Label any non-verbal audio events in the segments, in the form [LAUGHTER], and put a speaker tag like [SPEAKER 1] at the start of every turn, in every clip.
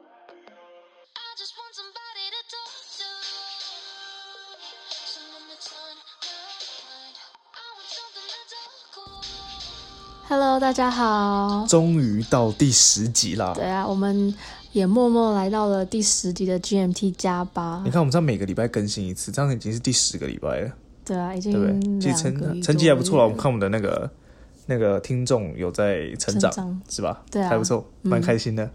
[SPEAKER 1] I just want somebody to talk to. Someone that's on my mind. I want something that's all cool.
[SPEAKER 2] Hello，大家好。
[SPEAKER 3] 终于到第十集啦！
[SPEAKER 2] 对啊，我们也默默来到了第十集的 GMT 加八
[SPEAKER 3] 你。看，我们这样每个礼拜更新一次，这样已经是第十个礼拜了，
[SPEAKER 2] 对啊，已经
[SPEAKER 3] 对不对？其实
[SPEAKER 2] 两个
[SPEAKER 3] 成
[SPEAKER 2] 月
[SPEAKER 3] 成绩还不错啦，我
[SPEAKER 2] 多
[SPEAKER 3] 们看我们的那个那个听众有在成长，
[SPEAKER 2] 成长
[SPEAKER 3] 是吧？
[SPEAKER 2] 对啊
[SPEAKER 3] 还不错，蛮开心的。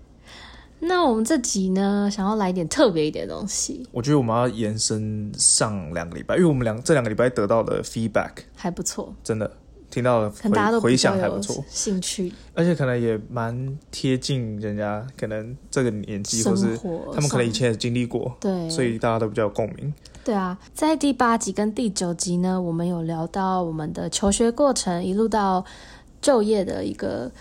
[SPEAKER 2] 那我们这集呢，想要来一点特别一点的东西，
[SPEAKER 3] 我觉得我们要延伸上两个礼拜，因为我们两这两个礼拜得到的 feedback
[SPEAKER 2] 还不错，
[SPEAKER 3] 真的听到了
[SPEAKER 2] 可能大家
[SPEAKER 3] 回
[SPEAKER 2] 都
[SPEAKER 3] 回
[SPEAKER 2] 比较
[SPEAKER 3] 响还
[SPEAKER 2] 有
[SPEAKER 3] 不错，
[SPEAKER 2] 兴趣。
[SPEAKER 3] 而且可能也蛮贴近人家可能这个年纪
[SPEAKER 2] 生
[SPEAKER 3] 或
[SPEAKER 2] 活
[SPEAKER 3] 是他们可能以前也经历过，
[SPEAKER 2] 对
[SPEAKER 3] 所以大家都比较有共鸣。
[SPEAKER 2] 对啊，在第八集跟第九集呢，我们有聊到我们的求学过程，一路到就业的一个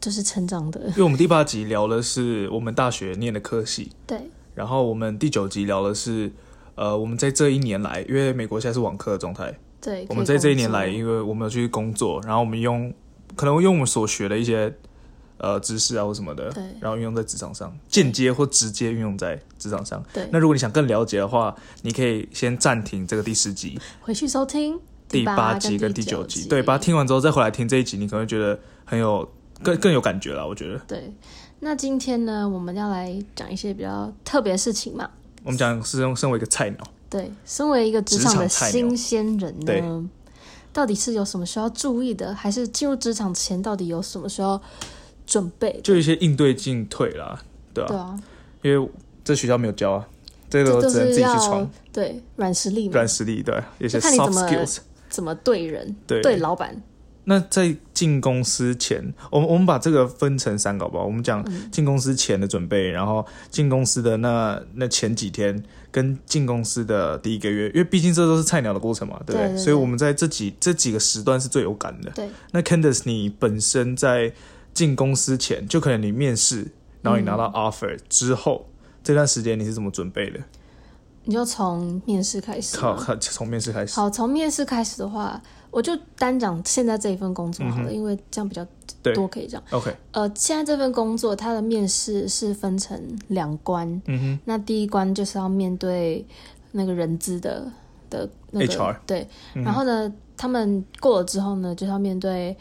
[SPEAKER 2] 就是成长
[SPEAKER 3] [LAUGHS]
[SPEAKER 2] 的。
[SPEAKER 3] 因为我们第八集聊的是我们大学念的科系，
[SPEAKER 2] 对
[SPEAKER 3] 然后我们第九集聊的是，呃，我们在这一年来，因为美国现在是网课的状态，
[SPEAKER 2] 对，
[SPEAKER 3] 我们
[SPEAKER 2] 可以
[SPEAKER 3] 在这一
[SPEAKER 2] 工
[SPEAKER 3] 年来，
[SPEAKER 2] 作
[SPEAKER 3] 因为我们有去工作，然后我们用可能用我们所学的一些呃知识啊或什么的
[SPEAKER 2] 对，
[SPEAKER 3] 然后运用在职场上，间接或直接运用在职场上。
[SPEAKER 2] 对
[SPEAKER 3] 那如果你想更了解的话，你可以先暂停这个第十集、
[SPEAKER 2] 回去收听
[SPEAKER 3] 第
[SPEAKER 2] 八
[SPEAKER 3] 集跟
[SPEAKER 2] 第
[SPEAKER 3] 九
[SPEAKER 2] 集，
[SPEAKER 3] 对，把它听完之后再回来听这一集，你可能会觉得很有更更有感觉了。我觉得
[SPEAKER 2] 对，那今天呢，我们要来讲一些比较特别的事情嘛。
[SPEAKER 3] 我们讲是用身为一个菜鸟。
[SPEAKER 2] 对，身为一个职
[SPEAKER 3] 职
[SPEAKER 2] 场的
[SPEAKER 3] 场菜鸟
[SPEAKER 2] 新鲜人呢
[SPEAKER 3] 对，
[SPEAKER 2] 到底是有什么需要注意的，还是进入职场前到底有什么需要准备？
[SPEAKER 3] 就一些应对进退啦，对吧、
[SPEAKER 2] 对啊，
[SPEAKER 3] 因为这学校没有教啊，这个
[SPEAKER 2] 这就
[SPEAKER 3] 只能自
[SPEAKER 2] 是
[SPEAKER 3] 己去
[SPEAKER 2] 要
[SPEAKER 3] 闯
[SPEAKER 2] 对软实力嘛
[SPEAKER 3] 软，实力，对，有些
[SPEAKER 2] 就看你
[SPEAKER 3] soft
[SPEAKER 2] 怎么
[SPEAKER 3] skills。
[SPEAKER 2] 怎么对人、
[SPEAKER 3] 对
[SPEAKER 2] 对老板，
[SPEAKER 3] 那在进公司前，我们我们把这个分成三个好不好？我们讲
[SPEAKER 2] 嗯
[SPEAKER 3] 进公司前的准备，然后进公司的那那前几天，跟进公司的第一个月，因为毕竟这都是菜鸟的过程嘛，对不
[SPEAKER 2] 对对
[SPEAKER 3] 所以我们在这几这几个时段是最有感的。
[SPEAKER 2] 对
[SPEAKER 3] 那 Candice，你本身在进公司前，就可能你面试，然后你拿到
[SPEAKER 2] 嗯
[SPEAKER 3] offer 之后，这段时间你是怎么准备的？
[SPEAKER 2] 你就从面试开始
[SPEAKER 3] 靠，
[SPEAKER 2] 嘛。
[SPEAKER 3] 靠从面试开始。
[SPEAKER 2] 啊好，从面试开始的话，我就单讲现在这一份工作好了，因为这样比较
[SPEAKER 3] 嗯对
[SPEAKER 2] 多可以讲。
[SPEAKER 3] OK，
[SPEAKER 2] 呃，现在这份工作，它的面试是分成两关。嗯哼，那第一关就是要面对那个人资的的那个
[SPEAKER 3] HR
[SPEAKER 2] 对，
[SPEAKER 3] 嗯
[SPEAKER 2] 然后呢，他们过了之后呢，就是要面对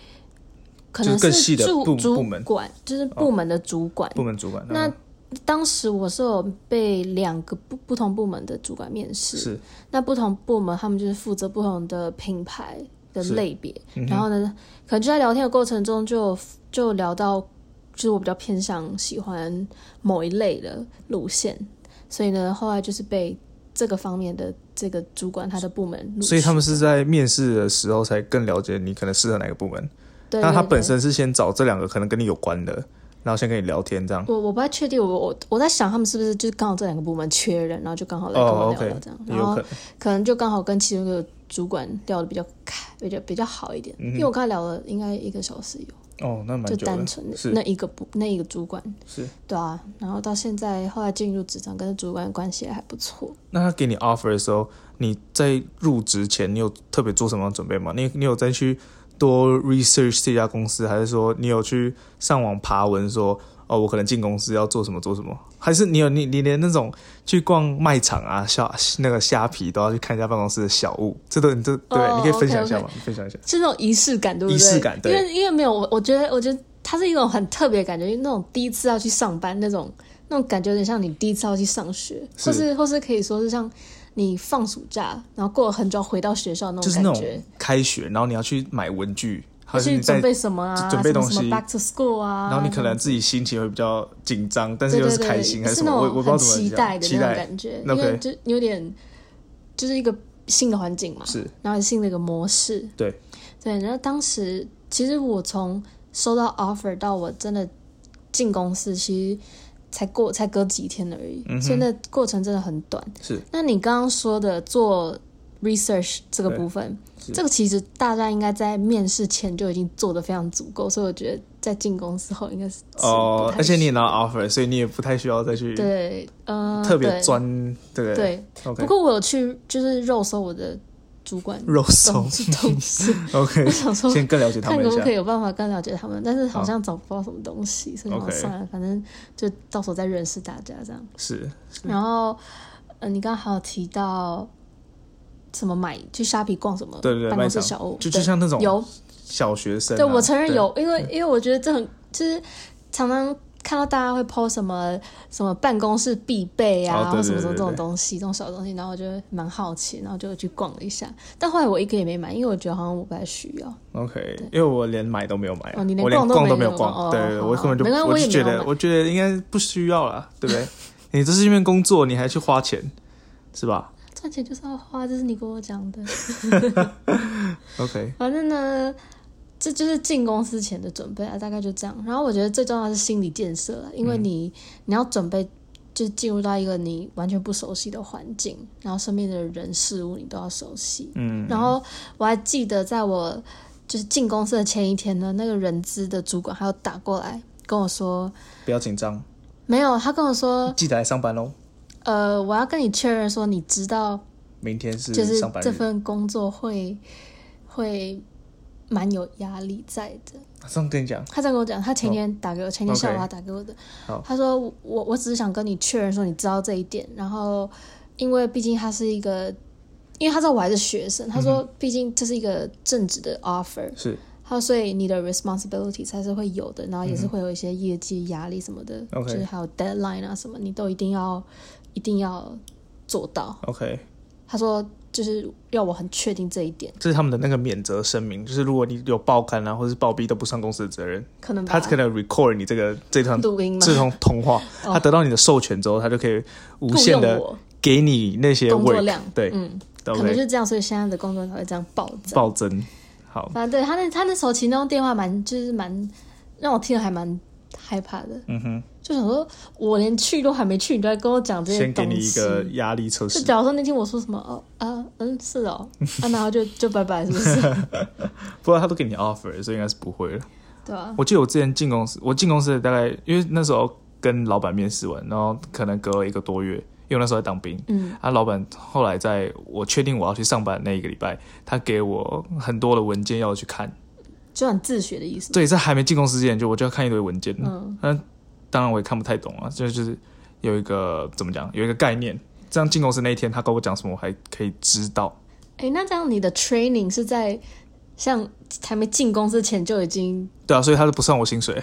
[SPEAKER 2] 可能
[SPEAKER 3] 就是更细的
[SPEAKER 2] 主
[SPEAKER 3] 部
[SPEAKER 2] 主
[SPEAKER 3] 部门哦
[SPEAKER 2] 管，就是部门的主管。
[SPEAKER 3] 部门主管。
[SPEAKER 2] 那
[SPEAKER 3] 嗯
[SPEAKER 2] 当时我是有被两个不不同部门的主管面试，
[SPEAKER 3] 是
[SPEAKER 2] 那不同部门他们就是负责不同的品牌的
[SPEAKER 3] 是嗯
[SPEAKER 2] 类别，然后呢，可能就在聊天的过程中就有就聊到，就是我比较偏向喜欢某一类的路线，所以呢，后来就是被这个方面的这个主管他的部门录取，
[SPEAKER 3] 所以他们是在面试的时候才更了解你可能适合哪个部门。
[SPEAKER 2] 对
[SPEAKER 3] 那他
[SPEAKER 2] 对对
[SPEAKER 3] 本身是先找这两个可能跟你有关的，然后先跟你聊天这样。
[SPEAKER 2] 我我不太确定，我我我在想他们是不是就是刚好这两个部门缺人，然后就刚好来跟
[SPEAKER 3] 哦
[SPEAKER 2] 我聊
[SPEAKER 3] ，OK，
[SPEAKER 2] 聊这样，
[SPEAKER 3] 也
[SPEAKER 2] 然
[SPEAKER 3] 有
[SPEAKER 2] 后
[SPEAKER 3] 可能。
[SPEAKER 2] 可能就刚好跟其中一个主管聊的比较开，比较比较好一点，
[SPEAKER 3] 嗯
[SPEAKER 2] 因为我跟他聊了应该一个小时有。
[SPEAKER 3] 哦，那蛮
[SPEAKER 2] 就
[SPEAKER 3] 久
[SPEAKER 2] 单
[SPEAKER 3] 的。
[SPEAKER 2] 纯的
[SPEAKER 3] 是
[SPEAKER 2] 那一个部那一个主管，
[SPEAKER 3] 是。
[SPEAKER 2] 对啊，然后到现在后来进入职场，跟主管关系还不错。
[SPEAKER 3] 那他给你 offer 的时候，你在入职前，你有特别做什么准备吗？你你有再去多 research 这家公司，还是说你有去上网爬文说，哦，我可能进公司要做什么做什么？还是你有你你连那种去逛卖场啊、虾那个虾皮都要去看一下办公室的小物，这都你这对、
[SPEAKER 2] 哦
[SPEAKER 3] 你可以分享一下
[SPEAKER 2] OK，OK
[SPEAKER 3] 吗？分享一下。
[SPEAKER 2] 是那种仪式感，对不对？
[SPEAKER 3] 仪式感对
[SPEAKER 2] 因为因为没有我，我觉得我觉得它是一种很特别的感觉，因为那种第一次要去上班那种那种感觉，有点像你第一次要去上学，
[SPEAKER 3] 是
[SPEAKER 2] 或是或是可以说是像你放暑假，然后过了很久回到学校那
[SPEAKER 3] 就
[SPEAKER 2] 种
[SPEAKER 3] 是那
[SPEAKER 2] 感
[SPEAKER 3] 种
[SPEAKER 2] 觉，
[SPEAKER 3] 开学，然后你要去买文具，还是
[SPEAKER 2] 去
[SPEAKER 3] 你在
[SPEAKER 2] 准备什么啊，
[SPEAKER 3] 准备
[SPEAKER 2] 什么
[SPEAKER 3] 东西
[SPEAKER 2] 什么 back to school 啊，
[SPEAKER 3] 然后你可能自己心情会比较紧张，但是
[SPEAKER 2] 对
[SPEAKER 3] 又
[SPEAKER 2] 对
[SPEAKER 3] 是
[SPEAKER 2] 对，
[SPEAKER 3] 开心还
[SPEAKER 2] 是
[SPEAKER 3] 什么，
[SPEAKER 2] 那
[SPEAKER 3] 我
[SPEAKER 2] 种
[SPEAKER 3] 我不知道
[SPEAKER 2] 很
[SPEAKER 3] 怎么
[SPEAKER 2] 期
[SPEAKER 3] 讲
[SPEAKER 2] 待的
[SPEAKER 3] 期
[SPEAKER 2] 那种
[SPEAKER 3] 待
[SPEAKER 2] 感觉，
[SPEAKER 3] 那
[SPEAKER 2] 因为
[SPEAKER 3] OK
[SPEAKER 2] 就有点就是一个新的环境嘛，
[SPEAKER 3] 是
[SPEAKER 2] 然后新的一个模式，
[SPEAKER 3] 对
[SPEAKER 2] 对。然后当时其实我从收到 offer 到我真的进公司，其实才过才
[SPEAKER 3] 嗯
[SPEAKER 2] 隔几天而已，所以那过程真的很短。
[SPEAKER 3] 是
[SPEAKER 2] 那你刚刚说的做 research 这个
[SPEAKER 3] 对
[SPEAKER 2] 部分，
[SPEAKER 3] 是
[SPEAKER 2] 这个其实大家应该在面试前就已经做的非常足够，所以我觉得在进公司后应该是是不
[SPEAKER 3] 哦，
[SPEAKER 2] 太
[SPEAKER 3] 而且你
[SPEAKER 2] 需
[SPEAKER 3] 也拿到 offer，所以你也不太需要再去
[SPEAKER 2] 对，嗯、
[SPEAKER 3] 特别
[SPEAKER 2] 对
[SPEAKER 3] 钻这个。
[SPEAKER 2] 对。
[SPEAKER 3] ，OK，
[SPEAKER 2] 不过我有去就是肉搜我的主管
[SPEAKER 3] 肉
[SPEAKER 2] 同
[SPEAKER 3] 松
[SPEAKER 2] 同事，[LAUGHS]
[SPEAKER 3] ，OK，
[SPEAKER 2] 我想说
[SPEAKER 3] 先更了解他
[SPEAKER 2] 看
[SPEAKER 3] 们
[SPEAKER 2] 可
[SPEAKER 3] 一
[SPEAKER 2] 不
[SPEAKER 3] 下
[SPEAKER 2] 可。以有办法更了解他们，但是好
[SPEAKER 3] 好
[SPEAKER 2] 像找不到什么东西，所以想
[SPEAKER 3] OK
[SPEAKER 2] 算了，反正就到时候再认识大家这样。
[SPEAKER 3] 是，
[SPEAKER 2] [LAUGHS] 然后，呃，你刚刚还有提到什么买去虾皮逛什么，
[SPEAKER 3] 对对对
[SPEAKER 2] 办公室
[SPEAKER 3] 卖场
[SPEAKER 2] 小物，
[SPEAKER 3] 就
[SPEAKER 2] 对
[SPEAKER 3] 就像那种
[SPEAKER 2] 有，
[SPEAKER 3] 小学生啊。嗯
[SPEAKER 2] 对我承认有，因为因为我觉得这很就是常常看到大家会 PO 什么什么办公室必备啊，
[SPEAKER 3] 哦对
[SPEAKER 2] 或什么
[SPEAKER 3] 对
[SPEAKER 2] 什么
[SPEAKER 3] 对
[SPEAKER 2] 这种
[SPEAKER 3] 对
[SPEAKER 2] 东西，这种小东西，然后我就蛮好奇，然后就去逛了一下，但后来我一个也没买，因为我觉得好像我不太需要。
[SPEAKER 3] OK，因为我连买都没有买啊，
[SPEAKER 2] 哦你连
[SPEAKER 3] 我连
[SPEAKER 2] 逛都
[SPEAKER 3] 逛都
[SPEAKER 2] 没
[SPEAKER 3] 没
[SPEAKER 2] 有
[SPEAKER 3] 有逛，
[SPEAKER 2] 哦
[SPEAKER 3] 对
[SPEAKER 2] 好
[SPEAKER 3] 对，
[SPEAKER 2] 好
[SPEAKER 3] 我根本就
[SPEAKER 2] 没关系我
[SPEAKER 3] 就
[SPEAKER 2] 也
[SPEAKER 3] 觉
[SPEAKER 2] 没有
[SPEAKER 3] 得，
[SPEAKER 2] 买
[SPEAKER 3] 我觉得应该不需要啦，对不对？ [LAUGHS] 你这是因为工作，你还去花钱，是吧
[SPEAKER 2] 赚钱就是要花，这是你跟我讲的。
[SPEAKER 3] ？OK，
[SPEAKER 2] 反正呢，这就是进公司前的准备啊，大概就这样。然后我觉得最重要的是心理建设啊，因为你、
[SPEAKER 3] 嗯
[SPEAKER 2] 你要准备就进入到一个你完全不熟悉的环境，然后身边的人事物你都要熟悉。
[SPEAKER 3] 嗯，
[SPEAKER 2] 然后我还记得，在我就是进公司的前一天呢，那个人资的主管还有打过来跟我说，
[SPEAKER 3] 不要紧张，
[SPEAKER 2] 没有，他跟我说，
[SPEAKER 3] 记得来上班哦。
[SPEAKER 2] 呃，我要跟你确认说，你知道
[SPEAKER 3] 明天是
[SPEAKER 2] 就是
[SPEAKER 3] 上班日，
[SPEAKER 2] 这份工作会会蛮有压力在的。
[SPEAKER 3] 马上啊跟你讲，
[SPEAKER 2] 他这样跟我讲，他前天打给我，前天下午
[SPEAKER 3] 哦 OK
[SPEAKER 2] 他打给我的
[SPEAKER 3] 好。
[SPEAKER 2] 他说我我只是想跟你确认说你知道这一点，然后因为毕竟他是一个，因为他知道我还是学
[SPEAKER 3] 嗯
[SPEAKER 2] 生，他说毕竟这是一个正职的 offer，、
[SPEAKER 3] 是
[SPEAKER 2] 他说所以你的 responsibility 才是会有的，然后也是会有一些业绩压力什么的，
[SPEAKER 3] OK
[SPEAKER 2] 就是还有 deadline 啊什么，你都一定要一定要做到。
[SPEAKER 3] OK，
[SPEAKER 2] 他说就是要我很确定这一点，
[SPEAKER 3] 这是他们的那个免责声明，就是如果你有报刊啊，或是暴毙，都不算公司的责任。
[SPEAKER 2] 可能吧
[SPEAKER 3] 他可能 record 你这个这段
[SPEAKER 2] 嗯录音吗哦
[SPEAKER 3] 这通通话，他得到你的授权之后，他就可以无限
[SPEAKER 2] 雇佣
[SPEAKER 3] 的
[SPEAKER 2] 我
[SPEAKER 3] 给你那些
[SPEAKER 2] 工作
[SPEAKER 3] work，
[SPEAKER 2] 量
[SPEAKER 3] 对，
[SPEAKER 2] 嗯，可能就
[SPEAKER 3] OK，
[SPEAKER 2] 是这样，所以现在的工作才会这样暴增。
[SPEAKER 3] 暴增，好，
[SPEAKER 2] 反正啊对他那他那时候其实那通电话蛮就是蛮让我听了还蛮害怕的，
[SPEAKER 3] 嗯哼，
[SPEAKER 2] 就想说我连去都还没去，你就在跟我讲这些
[SPEAKER 3] 先
[SPEAKER 2] 东
[SPEAKER 3] 给
[SPEAKER 2] 西。
[SPEAKER 3] 你一个压力测
[SPEAKER 2] 就
[SPEAKER 3] 试，
[SPEAKER 2] 假如说那天我说什么哦啊嗯是
[SPEAKER 3] [LAUGHS]
[SPEAKER 2] 哦啊，然后就就拜拜是不是？
[SPEAKER 3] 不过他都给你 offer，所以应该是不会了。
[SPEAKER 2] 对啊，
[SPEAKER 3] 我记得我之前进公司，我进公司大概因为那时候跟老板面试完，然后可能隔了一个多月，因为我那时候在当兵，
[SPEAKER 2] 嗯，
[SPEAKER 3] 啊，老板后来在我确定我要去上班的那一个礼拜，他给我很多的文件要我去看，
[SPEAKER 2] 就很自学的意思嘛。
[SPEAKER 3] 对，在还没进公司之前，就我就要看一堆文件。
[SPEAKER 2] 嗯
[SPEAKER 3] 嗯，那当然我也看不太懂啊，就就是有一个怎么讲，有一个概念。这样进公司那一天，他跟我讲什么，我还可以知道。
[SPEAKER 2] 哎，那这样你的 training 是在像还没进公司前就已经
[SPEAKER 3] 对啊，所以他都不算我
[SPEAKER 2] [LAUGHS]
[SPEAKER 3] 薪水。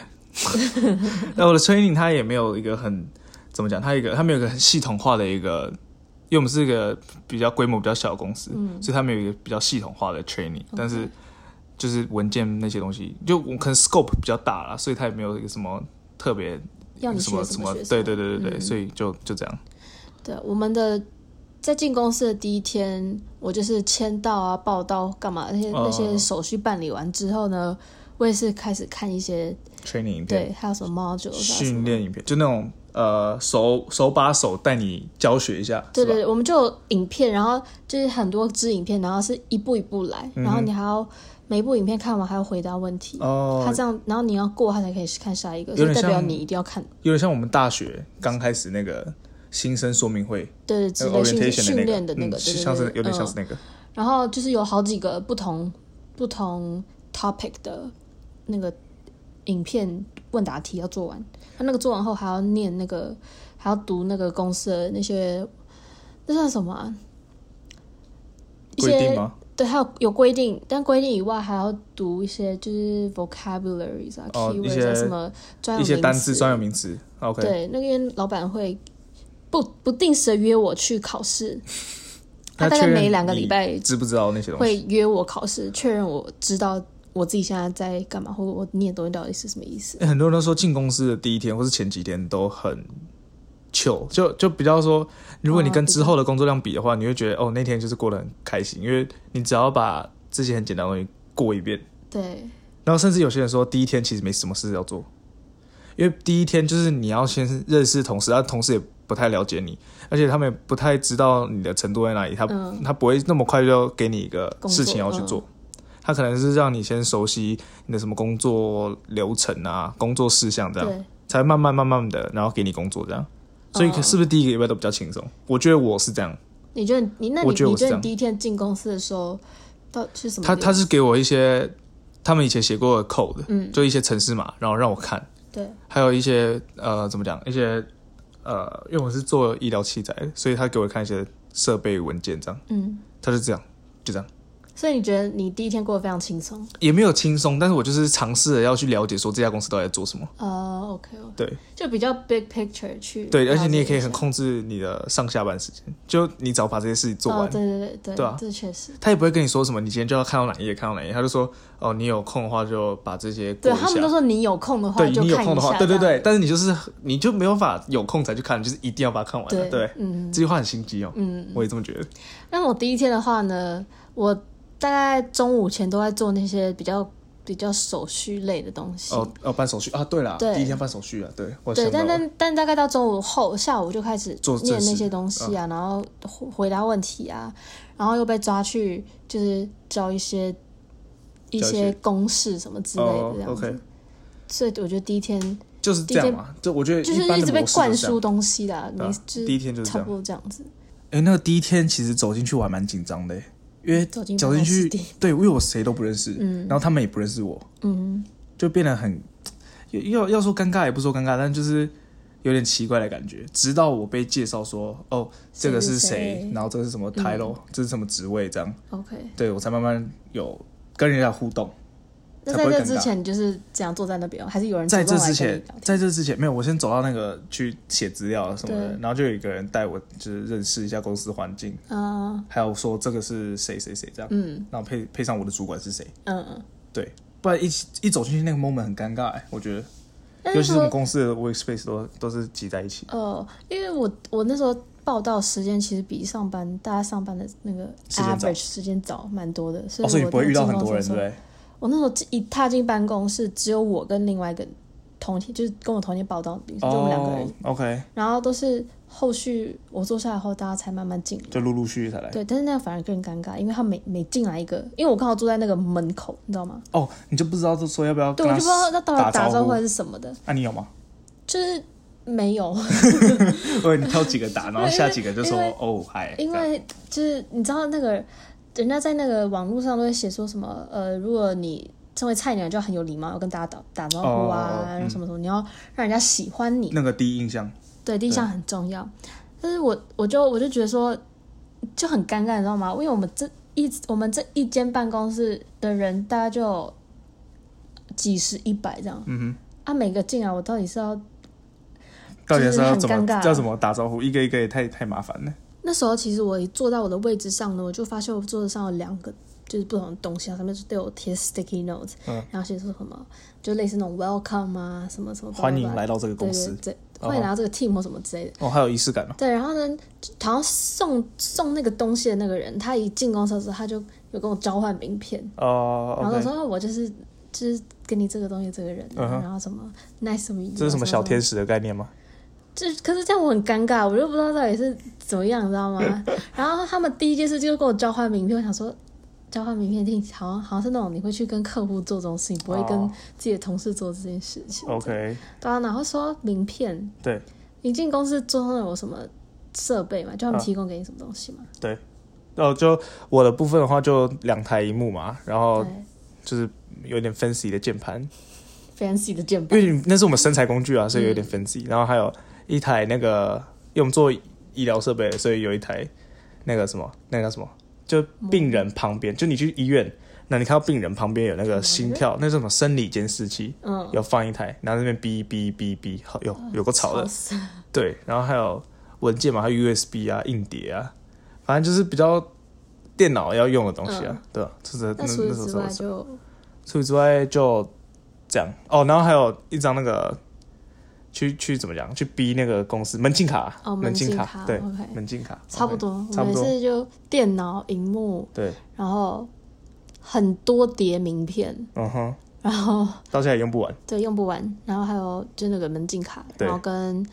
[SPEAKER 3] 那我的 training 他也没有一个很怎么讲，他一个他没有一个很系统化的一个，因为我们是一个比较规模比较小的公司，
[SPEAKER 2] 嗯
[SPEAKER 3] 所以他没有一个比较系统化的 training，、但是就是文件那些东西，就我可能 scope 比较大啦，所以他也没有一个什么特别
[SPEAKER 2] 要你
[SPEAKER 3] 什
[SPEAKER 2] 学
[SPEAKER 3] 么
[SPEAKER 2] 什
[SPEAKER 3] 么
[SPEAKER 2] 么，学什嗯
[SPEAKER 3] 对
[SPEAKER 2] 么
[SPEAKER 3] 对对对对，所以就就这样。
[SPEAKER 2] 对，我们的在进公司的第一天，我就是签到啊、报到干嘛那些、
[SPEAKER 3] 哦
[SPEAKER 2] 那些手续办理完之后呢，我也是开始看一些
[SPEAKER 3] training 影
[SPEAKER 2] 对，
[SPEAKER 3] 片、
[SPEAKER 2] 还有什么 module 啊什
[SPEAKER 3] 训
[SPEAKER 2] 么。
[SPEAKER 3] 练影片，就那种呃手手把手带你教学一下，
[SPEAKER 2] 对
[SPEAKER 3] 是吧
[SPEAKER 2] 对，对我们就有影片，然后就是很多支影片，然后是一步一步来，
[SPEAKER 3] 嗯
[SPEAKER 2] 然后你还要每一部影片看完还要回答问题，
[SPEAKER 3] 哦
[SPEAKER 2] 他这样，然后你要过他才可以看下一个，
[SPEAKER 3] 有
[SPEAKER 2] 所以
[SPEAKER 3] 点
[SPEAKER 2] 代表
[SPEAKER 3] 像
[SPEAKER 2] 你一定要看，
[SPEAKER 3] 有点像我们大学刚开始那个新生说明会，
[SPEAKER 2] 对对，之
[SPEAKER 3] 那
[SPEAKER 2] 类
[SPEAKER 3] 个
[SPEAKER 2] 训练
[SPEAKER 3] 呃 orientation
[SPEAKER 2] 训
[SPEAKER 3] 的
[SPEAKER 2] 练的
[SPEAKER 3] 那个，
[SPEAKER 2] 那个，
[SPEAKER 3] 嗯
[SPEAKER 2] 对对
[SPEAKER 3] 像是
[SPEAKER 2] 对
[SPEAKER 3] 有点像
[SPEAKER 2] 嗯
[SPEAKER 3] 是那个，
[SPEAKER 2] 然后就是有好几个不同不同 topic 的那个影片问答题要做完，他那个做完后还要念那个，还要读那个公司的那些那算什么啊、一
[SPEAKER 3] 规定
[SPEAKER 2] 些
[SPEAKER 3] 吗？
[SPEAKER 2] 对，还有有规定，但规定以外还要读一些就是 vocabularies 啊、
[SPEAKER 3] 哦
[SPEAKER 2] keywords
[SPEAKER 3] 一些
[SPEAKER 2] 啊什么专有
[SPEAKER 3] 一些单
[SPEAKER 2] 名
[SPEAKER 3] 字、
[SPEAKER 2] 词
[SPEAKER 3] 专有名词。OK，
[SPEAKER 2] 对，那个因为老板会不不定时的约我去考试，他大概
[SPEAKER 3] 确认
[SPEAKER 2] 每两个
[SPEAKER 3] 你
[SPEAKER 2] 礼拜
[SPEAKER 3] 知不知道那些东西？
[SPEAKER 2] 会约我考试，确认我知道我自己现在在干嘛，或者我念的东西到底是什么意思。
[SPEAKER 3] 欸很多人都说进公司的第一天或是前几天都很 chill，就就比较说，如果你跟之后的工作量比的话，你会觉得哦，那天就是过得很开心，因为你只要把这些很简单的东西过一遍，
[SPEAKER 2] 对，
[SPEAKER 3] 然后甚至有些人说第一天其实没什么事要做，因为第一天就是你要先认识同事，但同事也不太了解你，而且他们也不太知道你的程度在哪里，他、
[SPEAKER 2] 嗯
[SPEAKER 3] 他不会那么快就给你一个
[SPEAKER 2] 工作嗯
[SPEAKER 3] 事情要去做，他可能是让你先熟悉你的什么工作流程啊、工作事项这样，
[SPEAKER 2] 对，
[SPEAKER 3] 才慢慢慢慢的，然后给你工作这样。所以
[SPEAKER 2] 哦
[SPEAKER 3] 是不是第一个礼拜都比较轻松？我觉得我是这样，
[SPEAKER 2] 你觉得你那你
[SPEAKER 3] 我觉得
[SPEAKER 2] 你
[SPEAKER 3] 我是
[SPEAKER 2] 觉
[SPEAKER 3] 这
[SPEAKER 2] 得
[SPEAKER 3] 样
[SPEAKER 2] 你第一天进公司的时候，到底是什么
[SPEAKER 3] 他
[SPEAKER 2] 流程？
[SPEAKER 3] 他是给我一些他们以前写过的 code，
[SPEAKER 2] 嗯
[SPEAKER 3] 就一些程式码，然后让我看，
[SPEAKER 2] 对
[SPEAKER 3] 还有一些呃怎么讲，一些呃，因为我是做医疗器材的，所以他给我看一些设备文件这样，
[SPEAKER 2] 嗯，
[SPEAKER 3] 他就这样就这样，
[SPEAKER 2] 所以你觉得你第一天过得非常轻松？
[SPEAKER 3] 也没有轻松，但是我就是尝试着要去了解说这家公司到底在做什么，
[SPEAKER 2] 呃，OK，, o k
[SPEAKER 3] 对
[SPEAKER 2] 就比较 big picture 去
[SPEAKER 3] 嗯对，
[SPEAKER 2] 了
[SPEAKER 3] 而
[SPEAKER 2] 解
[SPEAKER 3] 且你也可以
[SPEAKER 2] 一下
[SPEAKER 3] 很控制你的上下班时间，就你只要把这些事情做完
[SPEAKER 2] 哦，，对对对对，
[SPEAKER 3] 对啊
[SPEAKER 2] 这确实。
[SPEAKER 3] 他也不会跟你说什么，你今天就要看到哪一页，看到哪一页，他就说哦，你有空的话就把这些过
[SPEAKER 2] 对
[SPEAKER 3] 一
[SPEAKER 2] 他们
[SPEAKER 3] 下
[SPEAKER 2] 都。说你有空的话
[SPEAKER 3] 对
[SPEAKER 2] 就
[SPEAKER 3] 你有
[SPEAKER 2] 看
[SPEAKER 3] 空
[SPEAKER 2] 一
[SPEAKER 3] 的话，
[SPEAKER 2] 下
[SPEAKER 3] 对对
[SPEAKER 2] 这样
[SPEAKER 3] 对，但是你就是你就没有办法有空才去看，就是一定要把它看完了。
[SPEAKER 2] 对
[SPEAKER 3] 对，
[SPEAKER 2] 嗯
[SPEAKER 3] 这句话很心机哦。嗯，我也这么觉得。
[SPEAKER 2] 那我第一天的话呢，我大概中午前都在做那些比较比较手续类的东西。
[SPEAKER 3] 哦哦，办手续啊，对啦，
[SPEAKER 2] 对
[SPEAKER 3] 第一天办手续啊，对，我
[SPEAKER 2] 对，
[SPEAKER 3] 想到
[SPEAKER 2] 但
[SPEAKER 3] 了
[SPEAKER 2] 但但大概到中午后，下午就开始
[SPEAKER 3] 做嗯
[SPEAKER 2] 念
[SPEAKER 3] 正事
[SPEAKER 2] 那些东西啊，然后回回答问题啊，然后又被抓去就是教一些一
[SPEAKER 3] 教
[SPEAKER 2] 些
[SPEAKER 3] 一些
[SPEAKER 2] 公式什么之类的
[SPEAKER 3] 哦
[SPEAKER 2] 这样子。
[SPEAKER 3] ，OK，
[SPEAKER 2] 所以我觉得第一天
[SPEAKER 3] 就是这样嘛，就我觉得
[SPEAKER 2] 就是
[SPEAKER 3] 般
[SPEAKER 2] 一
[SPEAKER 3] 的
[SPEAKER 2] 直被
[SPEAKER 3] 模式
[SPEAKER 2] 灌
[SPEAKER 3] 就是这样
[SPEAKER 2] 输。东西的啊，
[SPEAKER 3] 对啊
[SPEAKER 2] 没就
[SPEAKER 3] 第一天就是这
[SPEAKER 2] 差
[SPEAKER 3] 样
[SPEAKER 2] 不多这样子。
[SPEAKER 3] 哎，那个第一天其实走进去我还蛮紧张的，因为
[SPEAKER 2] 嗯走进
[SPEAKER 3] 走
[SPEAKER 2] 办公
[SPEAKER 3] 进
[SPEAKER 2] 室
[SPEAKER 3] 去
[SPEAKER 2] 地，
[SPEAKER 3] 对，因为我谁都不认识，然后他们也不认识我，
[SPEAKER 2] 嗯，
[SPEAKER 3] 就变得很要要说尴尬也不说尴尬，但就是有点奇怪的感觉。直到我被介绍说，哦，这个是
[SPEAKER 2] 谁嗯
[SPEAKER 3] 谁，然后这个是什么 title，、这是什么职位，这样，
[SPEAKER 2] OK，
[SPEAKER 3] 对我才慢慢有跟人家互动。
[SPEAKER 2] 那
[SPEAKER 3] 才
[SPEAKER 2] 在
[SPEAKER 3] 不会
[SPEAKER 2] 这
[SPEAKER 3] 尴
[SPEAKER 2] 之
[SPEAKER 3] 尬
[SPEAKER 2] 前你就是这样坐在那边哦，还是有人
[SPEAKER 3] 在
[SPEAKER 2] 主动
[SPEAKER 3] 这
[SPEAKER 2] 来跟
[SPEAKER 3] 之
[SPEAKER 2] 你
[SPEAKER 3] 前
[SPEAKER 2] 聊，天
[SPEAKER 3] 在这之前没有，我先走到那个去写资料什么的
[SPEAKER 2] 对，
[SPEAKER 3] 然后就有一个人带我，就是认识一下公司环境，
[SPEAKER 2] 啊，
[SPEAKER 3] 还有说这个是谁谁谁这样，
[SPEAKER 2] 嗯
[SPEAKER 3] 然后配配上我的主管是谁，
[SPEAKER 2] 嗯嗯，
[SPEAKER 3] 对，不然一起一走进去那个 moment 很尴尬、欸，我觉得，
[SPEAKER 2] 但
[SPEAKER 3] 尤
[SPEAKER 2] 是
[SPEAKER 3] 其是我们
[SPEAKER 2] 说
[SPEAKER 3] 公司的 workspace 都都是挤在一起。
[SPEAKER 2] 呃，因为我我那时候报道时间其实比上班大家上班的那个
[SPEAKER 3] 时间早
[SPEAKER 2] average 时间早蛮多的，所以
[SPEAKER 3] 哦，
[SPEAKER 2] 我
[SPEAKER 3] 所以你不会遇到
[SPEAKER 2] 那
[SPEAKER 3] 很
[SPEAKER 2] 个进
[SPEAKER 3] 多人，
[SPEAKER 2] 公司
[SPEAKER 3] 对
[SPEAKER 2] 的
[SPEAKER 3] 不
[SPEAKER 2] 时候
[SPEAKER 3] 对？
[SPEAKER 2] 我那时候一踏进办公室，只有我跟另外一个同天，就是跟我同天报道的，就我们两个人，
[SPEAKER 3] o k
[SPEAKER 2] 然后都是后续我坐下来后，大家才慢慢进来。
[SPEAKER 3] 就陆陆续续才来。
[SPEAKER 2] 对，但是那样反而更尴尬，因为他每每进来一个，因为我刚好坐在那个门口，你知道吗？
[SPEAKER 3] 哦，你就不知道这说要不要
[SPEAKER 2] 对，
[SPEAKER 3] 跟
[SPEAKER 2] 我
[SPEAKER 3] 他
[SPEAKER 2] 就不知道那到底打招
[SPEAKER 3] 招
[SPEAKER 2] 呼还是什么的，
[SPEAKER 3] 那、啊、你有吗？ [LAUGHS]
[SPEAKER 2] 就是没有，
[SPEAKER 3] 对，你挑几个打，然后下几个就说
[SPEAKER 2] 因为
[SPEAKER 3] 哦嗨。
[SPEAKER 2] 因
[SPEAKER 3] 这样
[SPEAKER 2] 为就是你知道那个人家在那个网络上都会写说什么，呃，如果你成为菜鸟就要很有礼貌，要跟大家打打招呼啊
[SPEAKER 3] 哦，
[SPEAKER 2] 然后什么什么，你要让人家喜欢你，
[SPEAKER 3] 那个第一印象，
[SPEAKER 2] 对，第一项很重要。但是我我就我就觉得说就很尴尬，你知道吗？因为我们这一我们这一间办公室的人大概就有几十一百这样，
[SPEAKER 3] 嗯
[SPEAKER 2] 啊，每个进来我到底是要
[SPEAKER 3] 哼，到底是要怎
[SPEAKER 2] 很
[SPEAKER 3] 么
[SPEAKER 2] 尴尬
[SPEAKER 3] 要怎么打招呼？一个一个也太太麻烦了。
[SPEAKER 2] 那时候其实我一坐到我的位置上呢，我就发现我桌子上有两个就是不同的东西啊，上面就对我贴 sticky notes，、
[SPEAKER 3] 嗯
[SPEAKER 2] 然后写说什么就类似那种 welcome 啊，什么什么，
[SPEAKER 3] 欢迎来到这个
[SPEAKER 2] 对
[SPEAKER 3] 公司哦
[SPEAKER 2] 对对，欢迎来到这个 team 或什么之类的。
[SPEAKER 3] 哦，还有仪式感哦。
[SPEAKER 2] 对，然后呢，好像送送那个东西的那个人，他一进公司的时候，他就有跟我交换名片，
[SPEAKER 3] 哦、
[SPEAKER 2] 然后
[SPEAKER 3] o
[SPEAKER 2] 我说
[SPEAKER 3] k
[SPEAKER 2] 哦我就是就是给你这个东西，这个人啊、
[SPEAKER 3] 嗯哼
[SPEAKER 2] 然后什么 nice to meet you，
[SPEAKER 3] 这是什么小天
[SPEAKER 2] 使？
[SPEAKER 3] 使的概念吗？
[SPEAKER 2] 嗯这可是这样我很尴尬，我又不知道到底是怎么样，你知道
[SPEAKER 3] [LAUGHS]
[SPEAKER 2] 吗？然后他们第一件事就跟我交换名片，我想说。交换名片听好像好像是那种你会去跟客户做这种事情，不会跟
[SPEAKER 3] 哦
[SPEAKER 2] 自己的同事做这件事情。
[SPEAKER 3] OK，
[SPEAKER 2] 对啊，然后说名片，
[SPEAKER 3] 对
[SPEAKER 2] 你进公司桌上有什么设备
[SPEAKER 3] 啊
[SPEAKER 2] 嘛？就他们提供给你什么东西嘛？
[SPEAKER 3] 对，哦，就我的部分的话，就两台荧幕嘛，然后
[SPEAKER 2] 对
[SPEAKER 3] 就是有点 fancy 的键盘，
[SPEAKER 2] fancy 的键
[SPEAKER 3] 因
[SPEAKER 2] 盘，
[SPEAKER 3] [LAUGHS] 为你那是我们身材工具
[SPEAKER 2] 嗯
[SPEAKER 3] 啊，所以有点 fancy、然后还有一台那个，因为我们做医疗设备，所以有一台那个什么，那个叫什么，就病人旁
[SPEAKER 2] 嗯
[SPEAKER 3] 边，就你去医院，那你看到病人旁边有那个心跳，那是什么生理监视器，
[SPEAKER 2] 嗯
[SPEAKER 3] 有放一台，然后那边哔哔哔哔，好有有个吵的，
[SPEAKER 2] 死
[SPEAKER 3] 对，然后还有文件嘛，还有 USB 啊、硬碟啊，反正就是比较电脑要用的东西啊，对吧？就是那
[SPEAKER 2] 嗯那
[SPEAKER 3] 那时
[SPEAKER 2] 除
[SPEAKER 3] 候
[SPEAKER 2] 此之
[SPEAKER 3] 是我
[SPEAKER 2] 外
[SPEAKER 3] 手
[SPEAKER 2] 就
[SPEAKER 3] 除此之外就这样哦，然后还有一张那个去去怎么讲？去逼那个公司门禁卡，啊
[SPEAKER 2] 哦门
[SPEAKER 3] 门
[SPEAKER 2] 禁
[SPEAKER 3] 卡，
[SPEAKER 2] 卡
[SPEAKER 3] 对
[SPEAKER 2] OK
[SPEAKER 3] 门禁卡，
[SPEAKER 2] 差不多
[SPEAKER 3] OK，，差
[SPEAKER 2] 我
[SPEAKER 3] 不
[SPEAKER 2] 们
[SPEAKER 3] 多，
[SPEAKER 2] 是就电脑荧幕，
[SPEAKER 3] 对，
[SPEAKER 2] 然后很多叠名片，
[SPEAKER 3] 嗯哼，
[SPEAKER 2] 然后
[SPEAKER 3] 到现在也用不完，
[SPEAKER 2] 对用不完，然后还有就那个门禁卡，
[SPEAKER 3] 对
[SPEAKER 2] 然后跟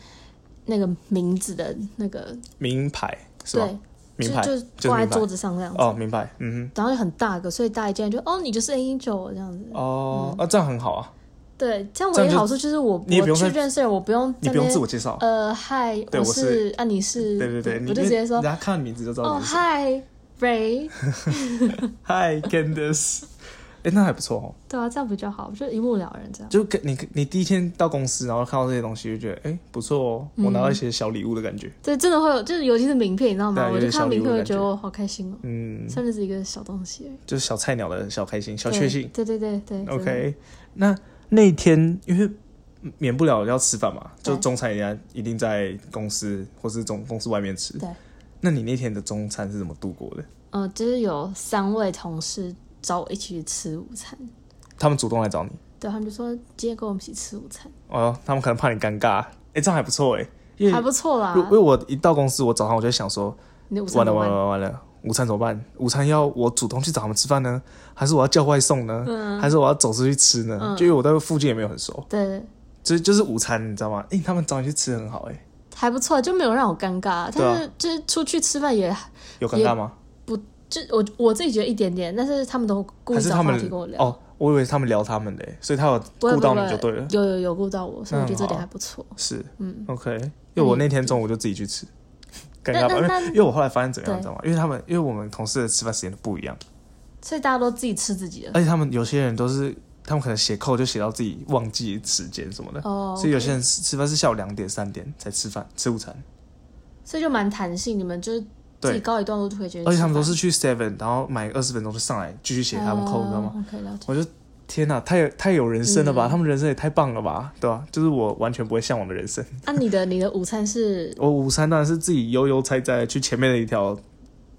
[SPEAKER 2] 那个名字的那个，
[SPEAKER 3] 名牌是
[SPEAKER 2] 对
[SPEAKER 3] 吗？，名牌
[SPEAKER 2] 就
[SPEAKER 3] 就是
[SPEAKER 2] 挂在
[SPEAKER 3] 名牌
[SPEAKER 2] 桌子上这样子，
[SPEAKER 3] 哦，名牌，嗯
[SPEAKER 2] 然后就很大个，所以大家一见就哦，你就是 A 九这样子。
[SPEAKER 3] 哼，哦，
[SPEAKER 2] 嗯
[SPEAKER 3] 啊，这样很好啊，
[SPEAKER 2] 对，这样
[SPEAKER 3] 这
[SPEAKER 2] 我
[SPEAKER 3] 样
[SPEAKER 2] 有
[SPEAKER 3] 就
[SPEAKER 2] 好处就是我
[SPEAKER 3] 你也不
[SPEAKER 2] 我
[SPEAKER 3] 用
[SPEAKER 2] 去
[SPEAKER 3] 再
[SPEAKER 2] 认识人，我不用在
[SPEAKER 3] 你不
[SPEAKER 2] 那
[SPEAKER 3] 用
[SPEAKER 2] 边
[SPEAKER 3] 自我介绍，
[SPEAKER 2] 呃嗨，
[SPEAKER 3] 对我
[SPEAKER 2] 是
[SPEAKER 3] 是
[SPEAKER 2] 啊你是
[SPEAKER 3] 对对对，你
[SPEAKER 2] 我就直接说
[SPEAKER 3] 人家看名字就知道
[SPEAKER 2] 哦
[SPEAKER 3] 你是谁。
[SPEAKER 2] 嗨 Ray，
[SPEAKER 3] Hi Candice，哎，那还不错哦，
[SPEAKER 2] 对啊，这样比较好，就一目了然这样。
[SPEAKER 3] 就跟你你第一天到公司，然后看到这些东西，就觉得哎不错哦，我拿到一些小礼物的感觉，
[SPEAKER 2] 对，真的会有，就是尤其是名片，你知道
[SPEAKER 3] 对
[SPEAKER 2] 吗
[SPEAKER 3] 啊？
[SPEAKER 2] 我就
[SPEAKER 3] 有点
[SPEAKER 2] 看到
[SPEAKER 3] 小礼
[SPEAKER 2] 名
[SPEAKER 3] 物
[SPEAKER 2] 片，我
[SPEAKER 3] 的
[SPEAKER 2] 就觉
[SPEAKER 3] 感
[SPEAKER 2] 得
[SPEAKER 3] 觉
[SPEAKER 2] 我好开心哦，
[SPEAKER 3] 嗯，
[SPEAKER 2] 算是一个小东西而已。
[SPEAKER 3] 就是小菜鸟的小开心、小
[SPEAKER 2] 对
[SPEAKER 3] 确幸。
[SPEAKER 2] 对对对对。真的
[SPEAKER 3] OK，那那天因为免不了要吃饭嘛，
[SPEAKER 2] 对
[SPEAKER 3] 就中餐人家一定在公司或是总公司外面吃。
[SPEAKER 2] 对，
[SPEAKER 3] 那你那天的中餐是怎么度过的？
[SPEAKER 2] 呃，就是有三位同事找我一起去吃午餐，
[SPEAKER 3] 他们主动来找你，
[SPEAKER 2] 对他们就说今天跟我们一起吃午餐，
[SPEAKER 3] 哦，他们可能怕你尴尬，哎、这样还不错哎、因
[SPEAKER 2] 还
[SPEAKER 3] 为
[SPEAKER 2] 不错啦
[SPEAKER 3] 如。因为我一到公司，我早上我就想说，
[SPEAKER 2] 你的午餐
[SPEAKER 3] 完
[SPEAKER 2] 怎
[SPEAKER 3] 了
[SPEAKER 2] 么
[SPEAKER 3] 完
[SPEAKER 2] 办
[SPEAKER 3] 了完了完了，午餐怎么办？午餐要我主动去找他们吃饭呢，还是我要叫外送呢？
[SPEAKER 2] 嗯
[SPEAKER 3] 还是我要走出去吃呢？就因为我在附近也没有很熟，
[SPEAKER 2] 对，
[SPEAKER 3] 就就是午餐，你知道吗？哎、他们找你去吃很好哎、
[SPEAKER 2] 还不错，就没有让我尴尬。
[SPEAKER 3] 对啊
[SPEAKER 2] 但是就是出去吃饭也
[SPEAKER 3] 有尴尬吗？
[SPEAKER 2] 就我我自己觉得一点点，但是他们都故
[SPEAKER 3] 还
[SPEAKER 2] 意
[SPEAKER 3] 是
[SPEAKER 2] 找
[SPEAKER 3] 他
[SPEAKER 2] 话
[SPEAKER 3] 们
[SPEAKER 2] 题跟我聊。
[SPEAKER 3] 哦，我以为他们聊他们的欸，所以他有
[SPEAKER 2] 不会
[SPEAKER 3] 顾到
[SPEAKER 2] 不会
[SPEAKER 3] 你就对了。
[SPEAKER 2] 有有有顾到我，所以我觉得这
[SPEAKER 3] 那很
[SPEAKER 2] 点还
[SPEAKER 3] 好
[SPEAKER 2] 不错。
[SPEAKER 3] 是，嗯，OK。因为我那天中午就自己去吃，尴
[SPEAKER 2] 嗯那
[SPEAKER 3] 尬吧？因
[SPEAKER 2] 那
[SPEAKER 3] 为因为我后来发现怎么样，
[SPEAKER 2] 对
[SPEAKER 3] 你知道吗？因为他们因为我们同事的吃饭时间都不一样，
[SPEAKER 2] 所以大家都自己吃自己的。
[SPEAKER 3] 而且他们有些人都是他们可能写扣就写到自己忘记时间什么的，
[SPEAKER 2] 哦
[SPEAKER 3] 所以有
[SPEAKER 2] OK
[SPEAKER 3] 些人吃吃饭是下午两点三点才吃饭吃午餐，
[SPEAKER 2] 所以就蛮弹性，你们就是自己
[SPEAKER 3] 对，
[SPEAKER 2] 高一段路就可以觉得。
[SPEAKER 3] 而且他们都是去 Seven，然后买二十分钟就上来继续写他们扣，你知道吗？
[SPEAKER 2] o k 哦了解。
[SPEAKER 3] 我就天哪，太有太有人生了吧！
[SPEAKER 2] 嗯
[SPEAKER 3] 他们人生也太棒了吧，对吧、就是我完全不会向往的人生。
[SPEAKER 2] 啊，你的你的午餐是
[SPEAKER 3] 我午餐当然是自己悠悠猜猜去前面的一条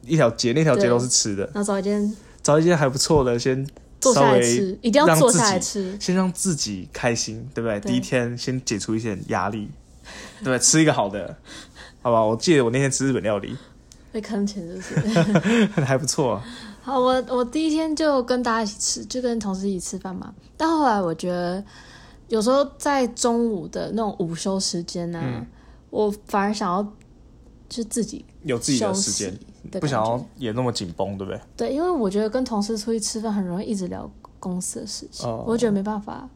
[SPEAKER 3] 一条街，那条街
[SPEAKER 2] 对
[SPEAKER 3] 都是吃的，
[SPEAKER 2] 那找一间
[SPEAKER 3] 找一间还不错的，先
[SPEAKER 2] 坐
[SPEAKER 3] 稍
[SPEAKER 2] 下来
[SPEAKER 3] 微
[SPEAKER 2] 吃，一定要
[SPEAKER 3] 让
[SPEAKER 2] 坐
[SPEAKER 3] 自
[SPEAKER 2] 下来
[SPEAKER 3] 己
[SPEAKER 2] 吃。
[SPEAKER 3] 先让自己开心，对不对？
[SPEAKER 2] 对
[SPEAKER 3] 第一天先解除一些压力，对不对，吃一个好的，好吧？我记得我那天吃日本料理 [LAUGHS]
[SPEAKER 2] 被坑钱是不是？
[SPEAKER 3] 还不错、啊，
[SPEAKER 2] 好，我我第一天就跟大家一起吃，就跟同事一起吃饭嘛。但后来我觉得，有时候在中午的那种午休时间呢、
[SPEAKER 3] 嗯
[SPEAKER 2] 我反而想要就自己
[SPEAKER 3] 有自己的
[SPEAKER 2] 休
[SPEAKER 3] 时
[SPEAKER 2] 息
[SPEAKER 3] 间
[SPEAKER 2] 的感觉，
[SPEAKER 3] 不想要也那么紧绷，对不对？
[SPEAKER 2] 对，因为我觉得跟同事出去吃饭很容易一直聊公司的事情，
[SPEAKER 3] 哦嗯
[SPEAKER 2] 我觉得没办法，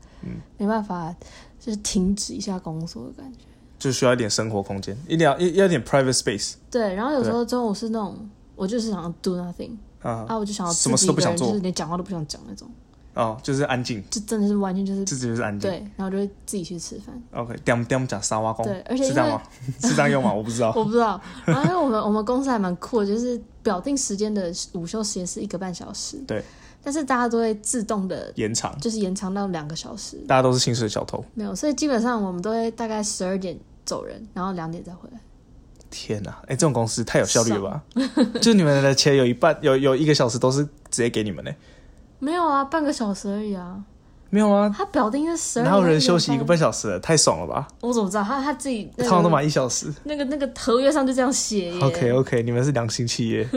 [SPEAKER 2] 没办法，就是停止一下工作的感觉。
[SPEAKER 3] 就需要一点生活空间，一定要一要一点 private space
[SPEAKER 2] 对，然后有时候中午是那种，我就是想要 do nothing
[SPEAKER 3] 啊
[SPEAKER 2] 啊，我就想要
[SPEAKER 3] 什
[SPEAKER 2] 自
[SPEAKER 3] 么
[SPEAKER 2] 己
[SPEAKER 3] 事
[SPEAKER 2] 一
[SPEAKER 3] 都不
[SPEAKER 2] 个
[SPEAKER 3] 想
[SPEAKER 2] 人，就
[SPEAKER 3] 做
[SPEAKER 2] 是连讲话都不想讲那种，
[SPEAKER 3] 哦，就是安静，
[SPEAKER 2] 就真的是完全就是
[SPEAKER 3] 自己就是安静。
[SPEAKER 2] 对，然后就会自己去吃饭。
[SPEAKER 3] OK，点点讲沙瓦工，
[SPEAKER 2] 对而且
[SPEAKER 3] 是
[SPEAKER 2] 因
[SPEAKER 3] 这样
[SPEAKER 2] 为
[SPEAKER 3] 吗？ [LAUGHS] 是这样
[SPEAKER 2] [LAUGHS]
[SPEAKER 3] 用吗？我不知道。
[SPEAKER 2] 我不知道。然后因为我们我们公司还蛮酷的，就是表定时间的午休时间是一个半小时，
[SPEAKER 3] 对，
[SPEAKER 2] 但是大家都会自动的，
[SPEAKER 3] 延长，
[SPEAKER 2] 就是延长到两个小时，
[SPEAKER 3] 大家都是薪水小偷。
[SPEAKER 2] 没有，所以基本上我们都会大概十二点走人，然后两点再回来。
[SPEAKER 3] 天哪、哎、这种公司太有效率了吧？ [LAUGHS] 就你们的钱有一半，有有一个小时都是直接给你们呢、
[SPEAKER 2] 没有啊，半个小时而已啊。
[SPEAKER 3] 没有啊，
[SPEAKER 2] 他表定是十二，
[SPEAKER 3] 哪有人休息一个半小时的？太爽了吧？
[SPEAKER 2] 我怎么知道？他他自己那
[SPEAKER 3] 通常都
[SPEAKER 2] 个
[SPEAKER 3] 满一小时。
[SPEAKER 2] 那个那个合约上就这样写耶。
[SPEAKER 3] OK 哦 OK，你们是良心
[SPEAKER 2] [LAUGHS]
[SPEAKER 3] 企业。